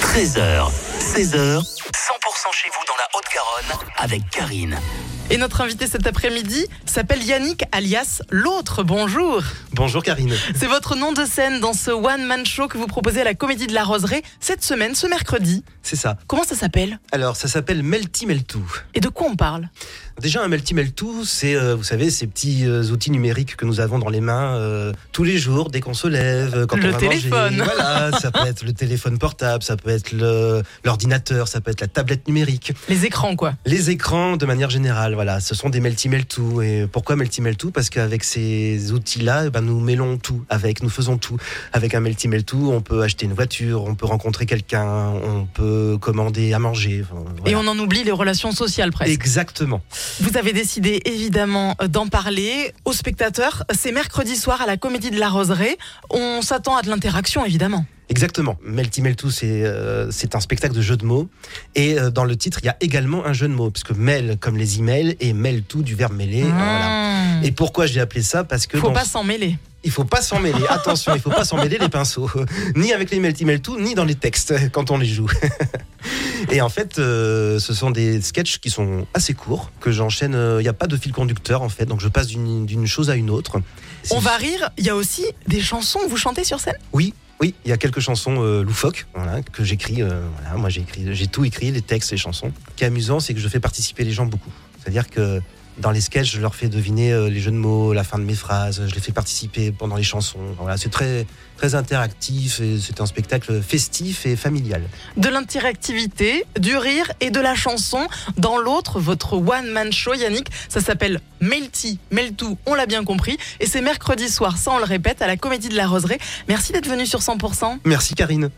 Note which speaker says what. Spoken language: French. Speaker 1: 13h, 16h, 100% chez vous dans la Haute-Garonne avec Karine.
Speaker 2: Et notre invité cet après-midi s'appelle Yannick alias l'autre. Bonjour.
Speaker 3: Bonjour Karine.
Speaker 2: C'est votre nom de scène dans ce one-man show que vous proposez à la Comédie de la Roseraie cette semaine, ce mercredi.
Speaker 3: C'est ça.
Speaker 2: Comment ça s'appelle
Speaker 3: Alors ça s'appelle Melty Meltou.
Speaker 2: Et de quoi on parle
Speaker 3: Déjà un Melty Meltou, c'est euh, vous savez ces petits euh, outils numériques que nous avons dans les mains euh, tous les jours dès qu'on se lève, euh, quand
Speaker 2: Le
Speaker 3: on va
Speaker 2: téléphone.
Speaker 3: manger. Voilà, ça peut être le téléphone portable, ça peut être le- l'ordinateur, ça peut être la tablette numérique.
Speaker 2: Les écrans, quoi.
Speaker 3: Les écrans de manière générale, voilà, ce sont des Melty Meltou. Et pourquoi Melty Meltou Parce qu'avec ces outils-là, eh ben, nous mêlons tout avec, nous faisons tout. Avec un Melty Meltou, on peut acheter une voiture, on peut rencontrer quelqu'un, on peut commander à manger. enfin, voilà.
Speaker 2: Et on en oublie les relations sociales presque.
Speaker 3: Exactement.
Speaker 2: Vous avez décidé évidemment euh, d'en parler aux spectateurs. C'est mercredi soir à la Comédie de la Roseraie. On s'attend à de l'interaction évidemment.
Speaker 3: Exactement. Melty Meltou, c'est euh, c'est un spectacle de jeux de mots. Et euh, dans le titre, il y a également un jeu de mots, puisque mail comme les emails et mail tout du verbe mêler. euh, voilà.
Speaker 2: Mmh.
Speaker 3: Et pourquoi j'ai appelé ça Parce que
Speaker 2: Faut
Speaker 3: dans-
Speaker 2: pas s'en mêler.
Speaker 3: il faut pas s'en mêler. Attention, il faut pas s'en mêler les pinceaux, ni avec les Melty Meltou, ni dans les textes quand on les joue. Et en fait, euh, ce sont des sketchs qui sont assez courts, que j'enchaîne. euh, Il n'y a pas de fil conducteur en fait, donc je passe d'une d'une chose à une autre.
Speaker 2: On
Speaker 3: C'est-
Speaker 2: va rire. Il y a aussi des chansons. Vous chantez sur scène
Speaker 3: Oui, oui, il y a quelques chansons euh, loufoques voilà, que j'écris. euh, voilà, moi, j'ai écrit, j'ai tout écrit, les textes, les chansons. Ce qui est amusant, c'est que je fais participer les gens beaucoup. C'est-à-dire que dans les sketchs, je leur fais deviner euh, les jeux de mots, la fin de mes phrases. Je les fais participer pendant les chansons. Voilà, c'est très, très interactif. et C'est un spectacle festif et familial.
Speaker 2: de l'interactivité, du rire et de la chanson. Dans l'autre, votre one-man show, Yannick, ça s'appelle Melty, Meltou, on l'a bien compris. Et c'est mercredi soir, ça on le répète, à la Comédie de la Roseraie. Merci d'être venu sur 100%.
Speaker 3: Merci, Karine.